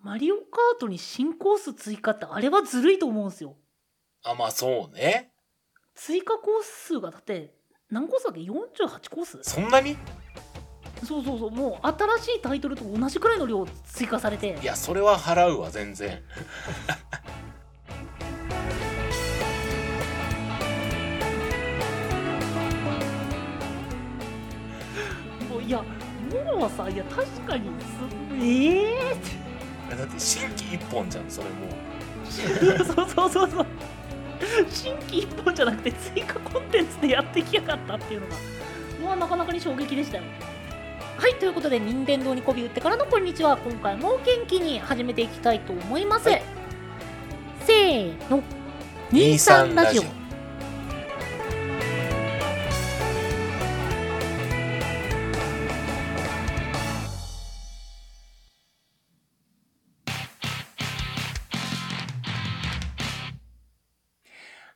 マリオカートに新コース追加ってあれはずるいと思うんですよあ、まあそうね。追加コース数がだって何コースだっけ48コースそんなにそうそうそうもう新しいタイトルと同じくらいの量追加されていや、それは払うわ、全然。もういやもうさいや確かにすええだって新規一本じゃん、それもう。ー、 そうそうそうそう新規一本じゃなくて追加コンテンツでやってきやがったっていうのがまあなかなかに衝撃でしたよはいということで任天堂に媚び打ってからのこんにちは今回も元気に始めていきたいと思います、はいせーの23ラジオ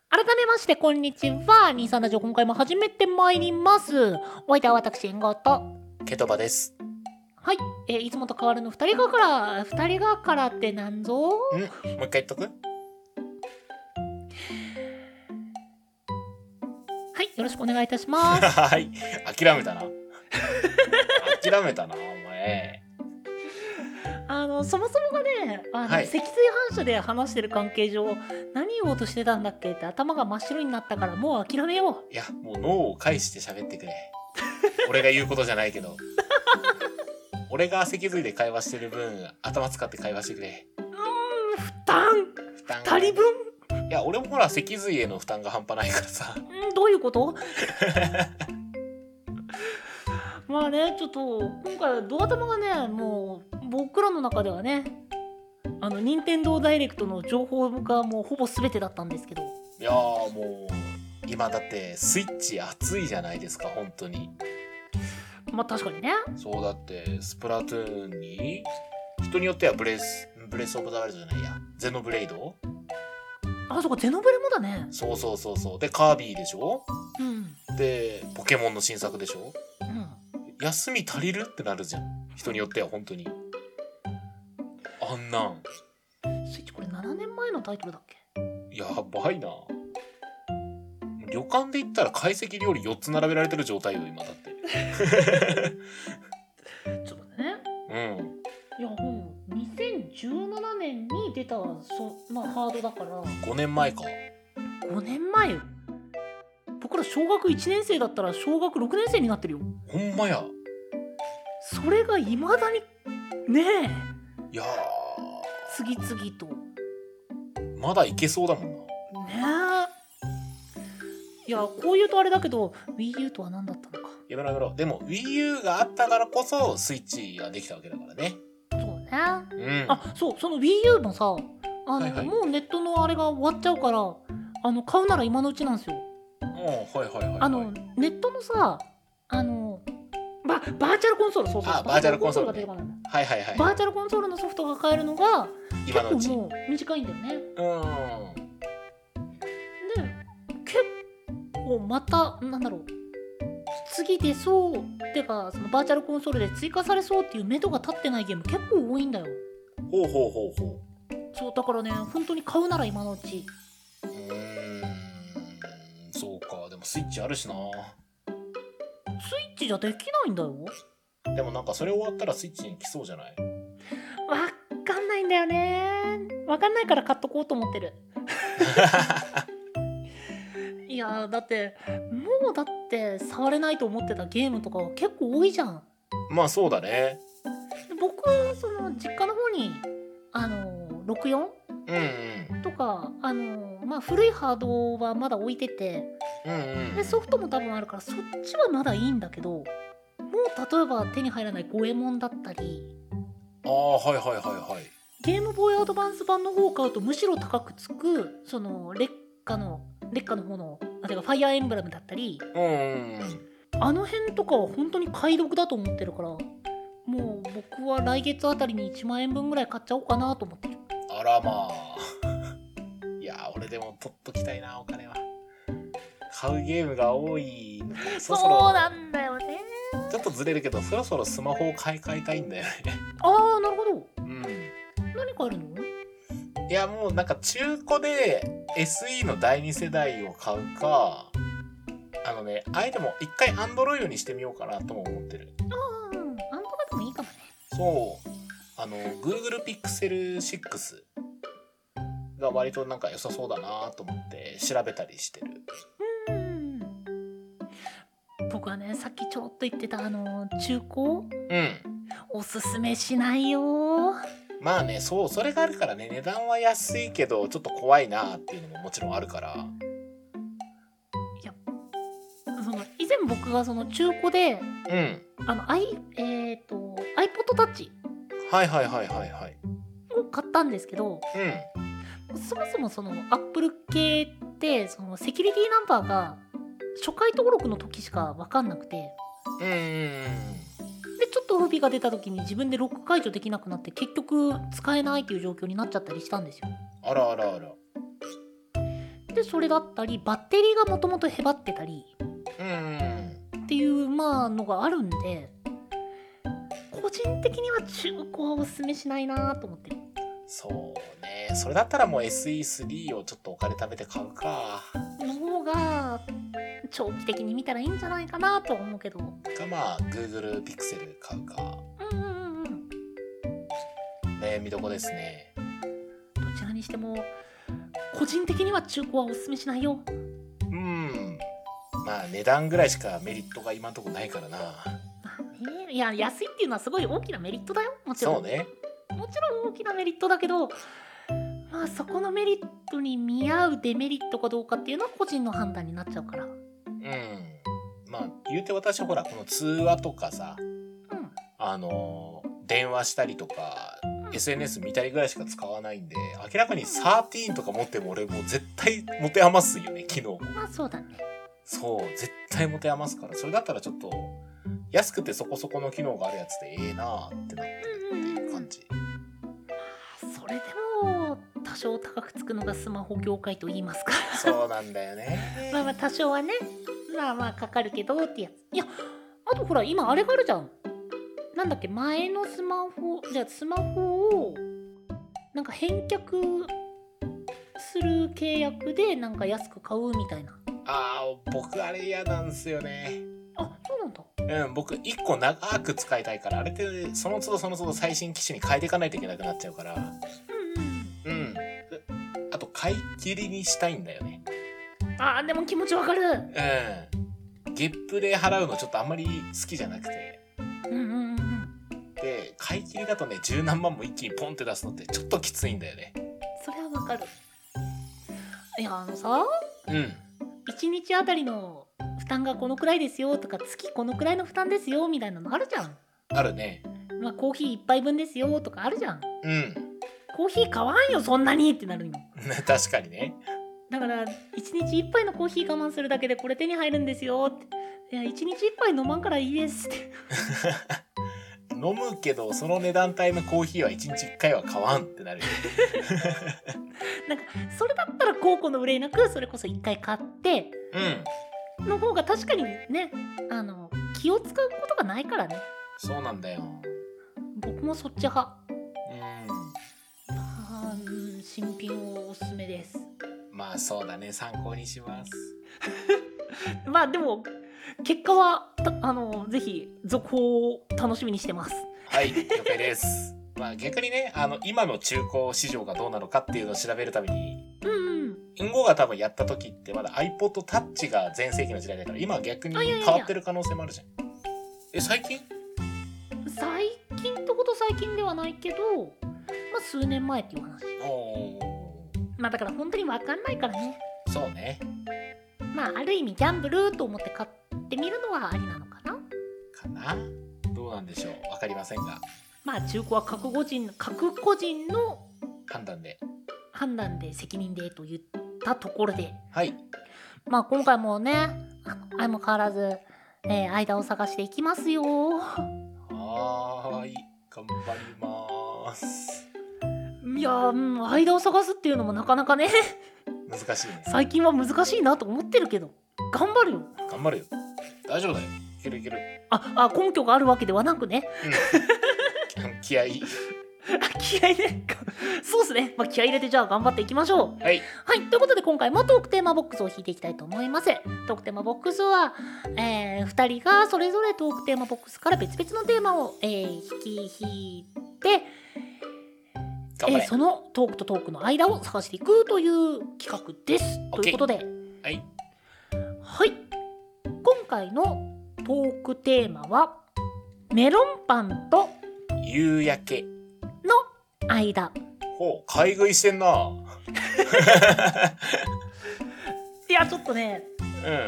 改めましてこんにちは23ラジオ今回も始めてまいりますお相手は私縁側とケトバです。はい、えーいつもと変わらぬ二人がから二人がからってなんぞんもう一回言っとく はいよろしくお願いいたしますはい。諦めたな。諦めたな、お前。あのそもそもがねあの、はい脊椎反射で話してる関係上何言おうとしてたんだっけって頭が真っ白になったからもう諦めよういや、もう脳を介して喋ってくれ。俺が言うことじゃないけど。俺が脊髄で会話してる分、頭使って会話してくれ。うーん負担 負担足り分いや、俺もほら、脊髄への負担が半端ないからさ。うんどういうこと まあねちょっと今回はドア玉がねもう僕らの中ではねあの任天堂ダイレクトの情報がもうほぼ全てだったんですけどいやーもう、今だって、スイッチ熱いじゃないですか、本当に。まあ確かにねそうだって、スプラトゥーンに、人によってはブレス、ブレスオブザワールドじゃないや、ゼノブレイドあそこゼノブレもだねそうそうそうそう。で、カービィでしょうんで、ポケモンの新作でしょうん休み足りるってなるじゃん。人によっては本当に。あんなん、スイッチこれ7年前のタイトルだっけやばいな。旅館で行ったら懐石料理4つ並べられてる状態よ、今だって。ちょっと待ってねうん。いやもう2017年に出たそ、まあ、ハードだから5年前か。 5年前よ僕ら小学1年生だったら小学6年生になってるよほんまや。それがいまだにねえいや次々とー、まだいけそうだもんな。ねえいやこう言うとあれだけど WiiU とは何だったのかやめろやめろ。でも Wii U があったからこそスイッチができたわけだからね。そうねうん。あそうその WiiU もさあの、はいはいもうネットのあれが終わっちゃうからあの買うなら今のうちなんですよもうはいはいはい、はい。あのネットのさあのババーチャルコンソールそうそうあバーチャルコンソールバーチャが出てこないんだはいはいはい。バーチャルコンソールのソフトが買えるのが今のう結ち。構うもん。う短いんだよねで結構またなんだろう次出そうってかそのバーチャルコンソールで追加されそうっていう目処が立ってないゲーム結構多いんだよほうほうほうほそうだからね本当に買うなら今のうちう。うーん。そうか。でもスイッチあるしな。スイッチじゃできないんだよでもなんかそれ終わったらスイッチに来そうじゃないわっかんないんだよねわかんないから買っとこうと思ってるいやーだってもうだって触れないと思ってたゲームとか結構多いじゃんまあそうだね。僕その実家の方にあの64うんうん。とかあのまあ古いハードはまだ置いててうんうん。でソフトも多分あるからそっちはまだいいんだけどもう例えば手に入らない五右衛門だったりああ、はいはいはいはい。ゲームボーイアドバンス版の方を買うとむしろ高くつくその劣化の劣化の方のあてかファイアーエンブレムだったりうんうんうん。あの辺とかは本当に買い得だと思ってるからもう僕は来月あたりに1万円分ぐらい買っちゃおうかなと思ってるあらまあ。いやー、俺でも取っときたいな、お金は。買うゲームが多いので。そろそろそうなんだよねち ょっとずれるけど、そろそろスマホを買い替えたいんだよね。ああなるほどうん。何かあるのいやもうなんか中古で SE の第2世代を買うかあのねあえても一回 Android にしてみようかなとも思ってるああ、うん、アンドロイドもいいかもね。そうあの Google Pixel 6が割となんか良さそうだなと思って調べたりしてるうん僕はねさっきちょろっと言ってたあの中古うんおすすめしないよまあねそうそれがあるからね値段は安いけどちょっと怖いなっていうのももちろんあるからその以前僕がその中古でうんあの i えっ、と iPodTouch はいはいはいはいはいを買ったんですけどうんそもそもその Apple 系ってそのセキュリティナンバーが初回登録の時しか分かんなくてうんうんでちょっと不備が出た時に自分でロック解除できなくなって結局使えないという状況になっちゃったりしたんですよあらあらあらでそれだったりバッテリーがもともとへばってたりうんっていうまあのがあるんで個人的には中古はおすすめしないなと思ってるそうねそれだったらもう SE3 をちょっとお金貯めて買うかの方が長期的に見たらいいんじゃないかなとは思うけどかまあ Google ピクセル買うかうんうんうんうんど悩みどこですねちらにしても個人的には中古はおすすめしないようんまあ値段ぐらいしかメリットが今んとこないからなまあねいや安いっていうのはすごい大きなメリットだよもちろんそうねもちろん大きなメリットだけどまあそこのメリットに見合うデメリットかどうかっていうのは個人の判断になっちゃうからうんうんまあ言うて私ほらこの通話とかさあの電話したりとか SNS 見たりぐらいしか使わないんで明らかに13とか持っても俺もう絶対持て余すよね機能まあそうだねそう絶対持て余すからそれだったらちょっと安くてそこそこの機能があるやつでええなーってなってるっていう感じそれでも多少高くつくのがスマホ業界と言いますかそうなんだよねまあまあ多少はねまあまあかかるけどってやついやあとほら今あれがあるじゃんなんだっけ前のスマホじゃあスマホをなんか返却する契約でなんか安く買うみたいなああ僕あれ嫌なんですよねあそうなんだうん僕一個長く使いたいからあれってその都度その都度最新機種に変えていかないといけなくなっちゃうからうんうんうんあと買い切りにしたいんだよねあーでも気持ちわかるうんゲップで払うのちょっとあんまり好きじゃなくてうんうんうんうんで買い切りだとね十何万も一気にポンって出すのってちょっときついんだよねそれはわかるいやあのさうん1日あたりの負担がこのくらいですよとか月このくらいの負担ですよみたいなのあるじゃん、あるねまあ、コーヒー1杯分ですよとかあるじゃんうん コーヒー買わんよそんなにってなるの確かにねだから1日1杯のコーヒー我慢するだけでこれ手に入るんですよっていや1日1杯飲まんからいいですって 飲むけどその値段帯のコーヒーは1日1回は買わんってなるよなんかそれだったら高校の憂いなくそれこそ1回買ってうんの方が確かにねあの気を使うことがないからねそうなんだよ僕もそっち派うあーうん新品をおすすめですんまあそうだね参考にしますまあでも結果はたあのぜひ続報を楽しみにしてますはい了解ですまあ逆にねあの今の中古市場がどうなのかっていうのを調べるためにうんうんインゴが多分やった時ってまだ iPod タッチが全盛期の時代だから今は逆にあいやいやい変やわってる可能性もあるじゃんえ最近最近ってこと最近ではないけどまあ数年前っていう話おおまあだから本当に分かんないからねーそうねまあある意味ギャンブルと思って買ってみるのはありなのかなかなどうなんでしょうわかりませんがまあ中古は各個人各個人の判断で判断で責任でと言ったところではいまあ今回もねあの相も変わらず、えー間を探していきますよはーい頑張りますいやー、うん、間を探すっていうのもなかなかね 難しいね最近は難しいなと思ってるけど頑張るよ頑張るよ大丈夫だよいけるいけるああ根拠があるわけではなくね うん気合いあ気合いねそうですね、まあ、気合い入れてじゃあ頑張っていきましょうはい。はいということで今回もトークテーマボックスを引いていきたいと思いますトークテーマボックスは、え2人がそれぞれトークテーマボックスから別々のテーマを、えー引き引いて頑えー張れ。そのトークとトークの間を探していくという企画です。と OK いうことで、はい。はい、今回のトークテーマはメロンパンと夕焼け。の間。ほう、買い食いしてんな。うん。いやちょっとね、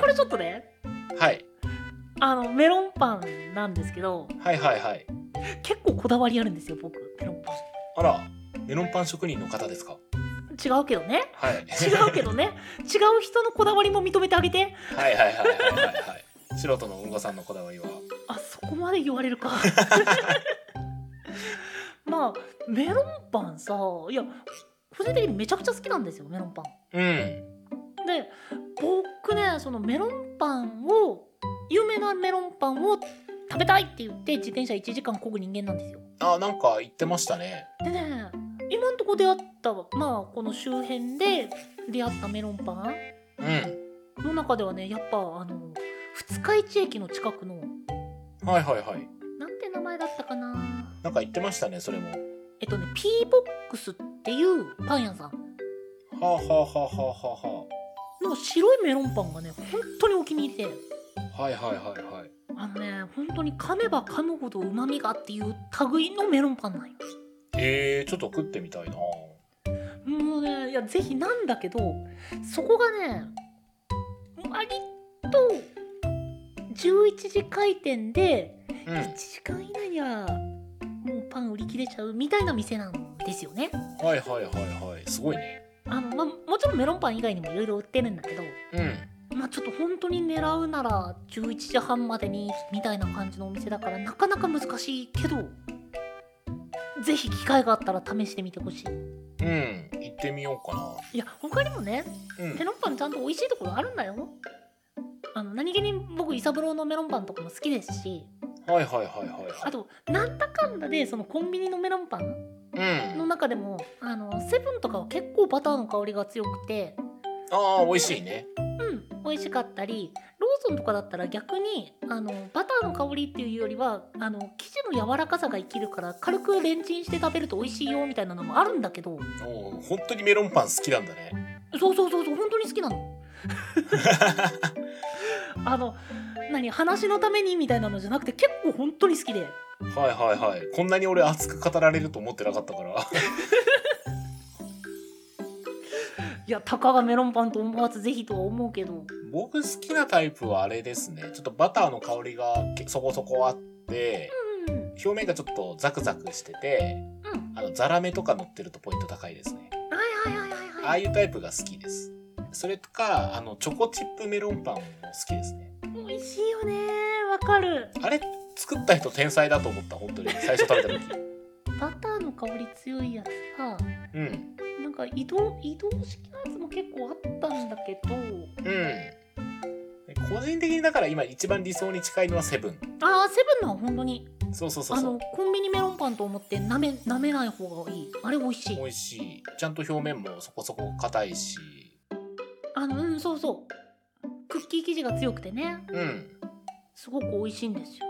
これちょっとね、はい。あのメロンパンなんですけど、はいはいはい。結構こだわりあるんですよ僕メロンパン。あら、メロンパン職人の方ですか違うけどね。はい。違うけどね違う人のこだわりも認めてあげてはいはいはいはいはいはい。 素人のうんごさんのこだわりは。あそこまで言われるかまあメロンパンさいや個人的にめちゃくちゃ好きなんですよメロンパンうん。で僕ねそのメロンパンを有名なメロンパンを食べたいって言って自転車1時間こぐ人間なんですよあ、なんか言ってましたね。でね今んとこ出会ったまあこの周辺で出会ったメロンパンうん。の中ではねやっぱあの二日市駅の近くのはいはいはい。なんて名前だったかななんか言ってましたね、それも。はえっとね、ピーボックスっていうパン屋さんあ、はあはあはあはあはの白いメロンパンがね、本当にお気に入りで、あ。はいはいはいはい。あのね、本当に噛めば噛むほど旨味がっていう類のメロンパンなんよ。えー、ちょっと食ってみたいな。もうね、いや、ぜひなんだけど、そこがね、割と11時開店でうん。 1時間以内にはもうパン売り切れちゃうみたいな店なんですよね。はいはいはいはい。すごいね。あの、まあ、もちろんメロンパン以外にもいろいろ売ってるんだけど、うん。まあ、ちょっと本当に狙うなら11時半までにみたいな感じのお店だからなかなか難しいけどぜひ機会があったら試してみてほしいうん、行ってみようかいや他にもねな。うんメ。ロンパンちゃんと美味しいところあるんだよあの何気に僕イサブロのメロンパンとかも好きですしはいはいはいはいはあとなんだかんだでそのコンビニのメロンパンい。うのん。中でもあのセブンとかは結構バターの香りが強くてああ、美味しいね。うん、美味しかったりローソンとかだったら逆にあのバターの香りっていうよりはあの生地の柔らかさが生きるから軽くレンチンして食べると美味しいよみたいなのもあるんだけどおー本当にメロンパン好きなんだね。そうそうそうそう本当に好き なの。あの何話のためにみたいなのじゃなくて結構本当に好きではいはいはい。こんなに俺熱く語られると思ってなかったから。いやたかがメロンパンと思わずぜひとは思うけど僕好きなタイプはあれですね。ちょっとバターの香りがけそこそこあって、うんうん表面がちょっとザクザクしてて、あの、ザラメとか乗ってるとポイント高いですね。はいはいはいはいあはあいいうタイプが好きです。それとか、あの、チョコチップメロンパンも好きですね。美味しいよねわかるあれ、作った人天才だと思った、本当に。最初食べた 時。バターの香り強いやつさうん。なんか移動移動式のやつも結構あったんだけどうん。個人的にだから今一番理想に近いのはセブン。ああセブンのは本当にそうそうそうそあうの。コンビニメロンパンと思ってなめ舐めない方がいいあれ美味しい美味しい。ちゃんと表面もそこそこ硬いし。あのうんそうそうクッキー生地が強くてねうん。すごく美味しいんですよ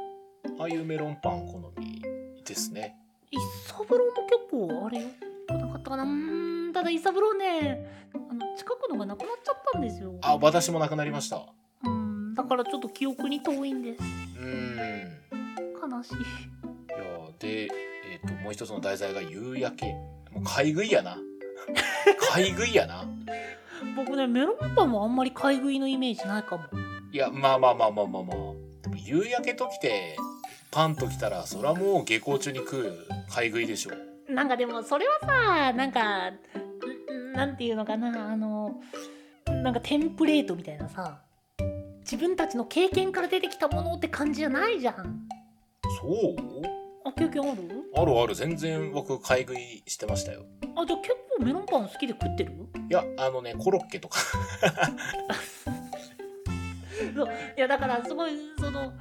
ああいうメロンパン好みですね。イサブロも結構あれよくなかったかなうーんただイサブロねあの近くのがなくなっちゃったんですよあ、私もなくなりました。うんだからちょっと記憶に遠いんですうん。い悲しいやーで、えっ、と、もう一つの題材が夕焼け。もう買い食いやな。買い食いやな。僕ねメロンパンもあんまり買い食いのイメージないかもいや、まあまあまあまあまあまあ。でも夕焼けときて、パンときたら、そらもう下校中に食う買い食いでしょ。なんかでもそれはさなんかんなんていうのかなあのなんかテンプレートみたいなさ自分たちの経験から出てきたものって感じじゃないじゃんそうあ経験あるあるある全然僕買い食いしてましたよあじゃあ結構メロンパン好きで食ってるいやあのねコロッケとかそういやだからすごいその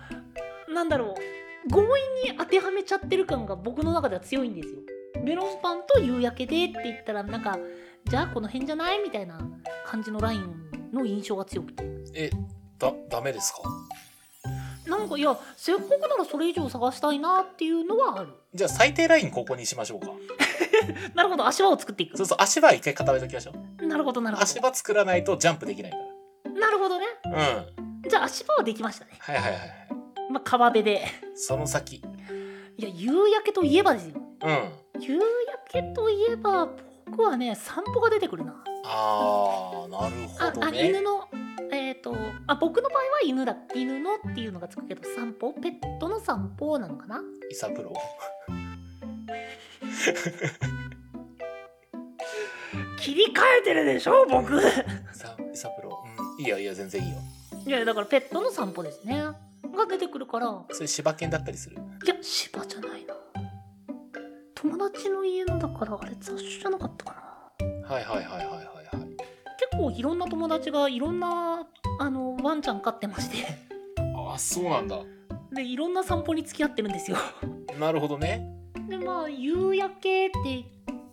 なんだろう強引に当てはめちゃってる感が僕の中では強いんですよメロンパンと夕焼けでって言ったらなんかじゃあこの辺じゃないみたいな感じのラインの印象が強くてえ、だ、ダメですかなんかいやせっかくならそれ以上探したいなっていうのはあるじゃあ最低ラインここにしましょうか。なるほど足場を作っていくそうそう、足場一回固めときましょう。なるほどなるほ足場作らないとジャンプできないかどなるほどねら。うん。はいじゃあ足場はできましたねはいはいはい。まあ川辺でその先。いや夕焼けといえばですようん。あ夕焼けといえば僕はね散歩が出てくるなあー、なるああほど犬ね。のえっ、とあ僕の場合は犬だ犬のっていうのがつくけど散歩ペットの散歩なのかなイサプロ。切り替えてるでしょ僕 いイサイサプロ。うん。いいよいいよ、全然いいよ。やだからペットの散歩ですねが出てくるからそれ柴犬だったりする。いや芝じゃないな友達の家のだからあれ雑種じゃなかったかなはいはいはいはいはいはい。結構いろんな友達がいろんなあのワンちゃん飼ってましてああ、そうなんだ。でいろんな散歩に付き合ってるんですよなるほどね。でまあ夕焼けって言っ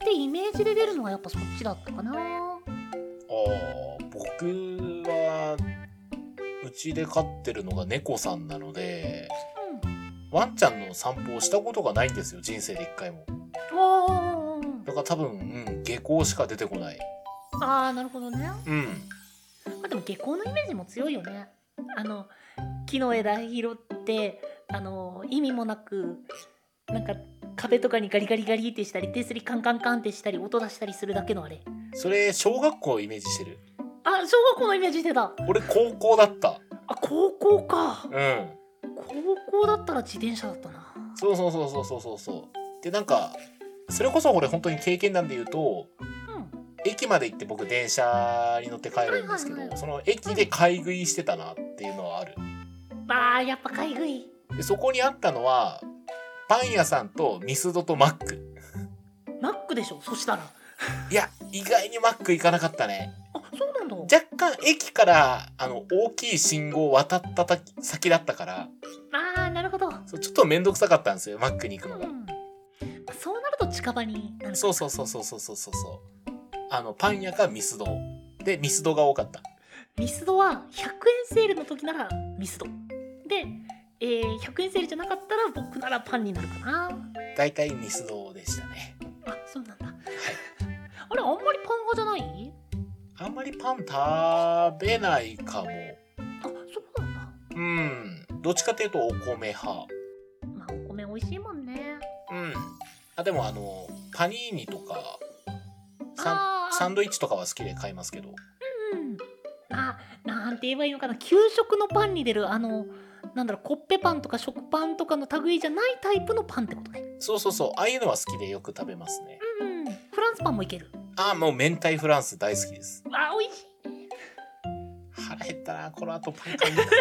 てイメージで出るのがやっぱそっちだったかなああ、僕は、うちで飼ってるのが猫さんなので、ワンちゃんの散歩をしたことがないんですよ、人生で一回も。あだから多分、うん、下校しか出てこない。あーなるほどね、まうん。あ、でも下校のイメージも強いよねあの木の枝拾ってあの意味もなくなんか壁とかにガリガリガリってしたり手すりカンカンカンってしたり音出したりするだけのあれそれ、小学校をイメージしてる。あ小学校のイメージしてた俺、高校だった。あ高校かうん。高校だったら自転車だったなそうそうそうそうそうそうそう。で、なんか、それこそ俺、本当に経験談で言うと、うん駅まで行って僕、電車に乗って帰るんですけはいはいはど、いその駅で買い食いしてたなっていうのはある。まあやっぱ買い食いでそこにあったのはパン屋さんとミスドとマックマックでしょそしたらいや意外にマック行かなかったねあそうなんだ若干駅からあの大きい信号を渡ったた先だったからあーなるほど、うんそうちょっと面倒くさかったんですよマックに行くのがまあそうなると近場になるそうそうそうそうそうそうそうそうあのパン屋かミスドでミスドが多かったミスドは100円セールの時ならミスドで、えー100円セールじゃなかったら僕ならパンになるかな大体ミスドでしたねあそうなんだ、あれあんまりパン派じゃないあんまりパン食べないかもあそうなんだうんどっちかというとお米派まあお米美味しいもんねうんあでもあのパニーニとかサンあーサンドイッチとかは好きで買いますけど。うんあなんて言えばいいのかな給食のパンに出るあのなんだろうコッペパンとか食パンとかの類じゃないタイプのパンってことねそうそうそう。ああいうのは好きでよく食べますね。うんフランスパンもいけるああ、もう明太フランス大好きです。あ美味しい腹減ったな。この後パン買いに行くか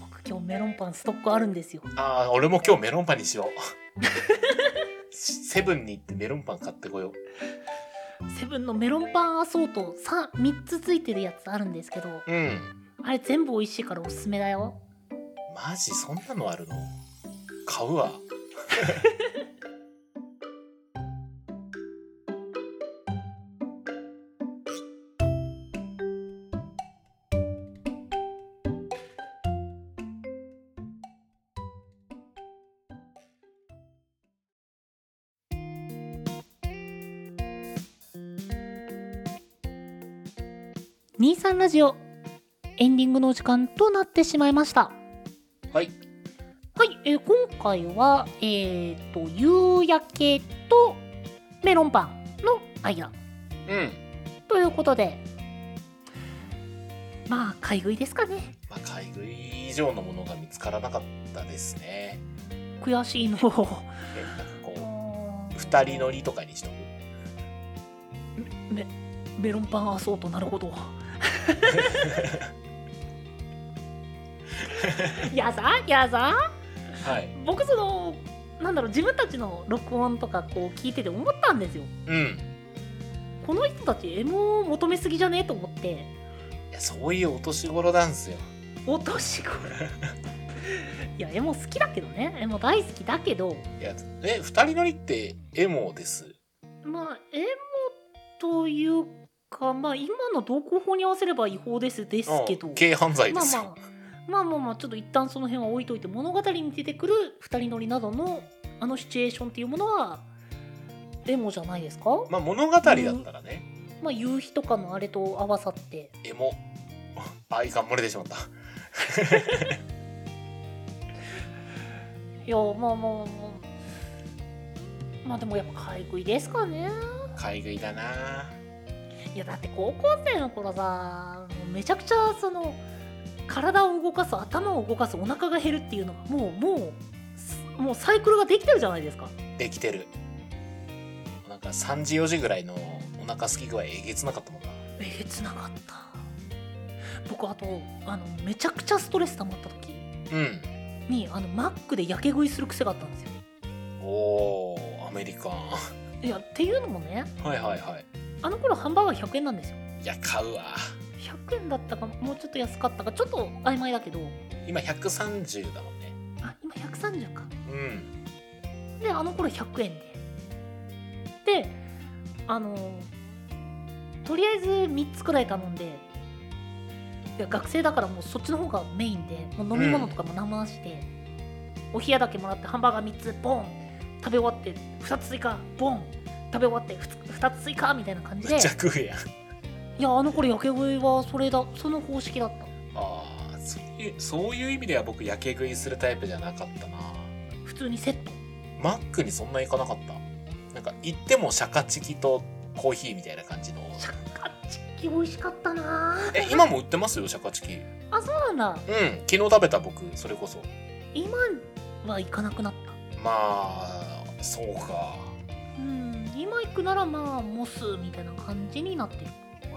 僕今日メロンパンストックあるんですよな。ああ、俺も今日メロンパンにしよう。セブンに行ってメロンパン買ってこよセブンのメロンパンアソート 3, 3つついてるやつあるんですけどう。うん。あれ全部美味しいからおすすめだよマジそんなのあるの買うわ。 23ラジオエンディングのお時間となってしまいましたはい。はい、えー今回は、えー、と夕焼けとメロンパンの間うん。ということでまあ買い食いですかねまあ、買い食い以上のものが見つからなかったですね。悔しいのえなんかこう、二人乗りとかにしとく。メメロンパンアソートなるほ どやさやさはい。僕そのなんだろう自分たちの録音とかこう聞いてて思ったんですようん。この人たち M を求めすぎじゃねえと思って いやそういうお年頃なんですよ。お年頃いやエモ好きだけどねエモ大好きだけどいやえ二人乗りってエモですまあエモというかまあ今の同行法に合わせれば違法ですですけどうん軽犯罪でまあすまよ、あまあまあまあちょっと一旦その辺は置いといて物語に出てくる二人乗りなどのあのシチュエーションっていうものはエモじゃないですかまあ、物語だったらね、まあ夕日とかのあれと合わさってエモ あいかん漏れてしまったいやまあまあまあまあでもやっぱ買い食いですかね買い食いだないやだって高校生の頃さもうめちゃくちゃその体を動かす頭を動かすお腹が減るっていうのがもうもうすもうサイクルができてるじゃないですかできてるなんか3時4時ぐらいのお腹すき具合えげつなかったもんなえげつなかった僕あとあのめちゃくちゃストレス溜まった時うんにあのマックでやけ食いする癖があったんですよおーアメリカンいやっていうのもねはいはいはいあの頃ハンバーガー100円なんですよいや買うわ100円だったかもうちょっと安かったかちょっと曖昧だけど今130だもんねあ今130かうんであの頃100円でであのとりあえず3つくらい頼んでいや学生だからもうそっちの方がメインでもう飲み物とかも何もなしで、お冷やだけもらってハンバーガー3つボン食べ終わって2つ追加ボン食べ終わって 2, 2つ追加みたいな感じでめっちゃ食うやんいやあの頃やけ食いはそれだその方式だったあーそういうそういう意味では僕やけ食いするタイプじゃなかったな普通にセットマックにそんな行かなかったなんか行ってもシャカチキとコーヒーみたいな感じのシャカチキ美味しかったなえ今も売ってますよシャカチキうんあそうなんだ昨日食べた僕それこそ今は行かなくなったまあそうかうん今行くならまあモスみたいな感じになってる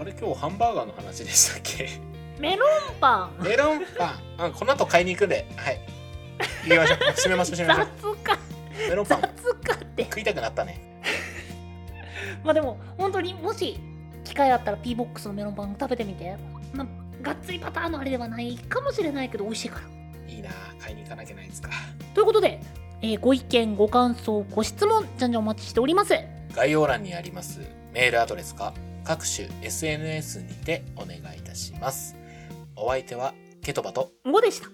あれ今日ハンバーガーの話でしたっけメロンパンメロンパン、うん、この後買いに行くんではい行きましょう閉めましょう閉めましょ 雑かうメロンパ雑ンかって食いたくなったねまあでも本当にもし機会あったら P ボックスのメロンパン食べてみてまあがっつりパターンのあれではないかもしれないけど美味しいからいいな買いに行かなきゃないですかということで、えーご意見ご感想ご質問じゃんじゃんお待ちしております概要欄にありますメールアドレスか各種 SNS にてお願いいたしますお相手はケトバと5でした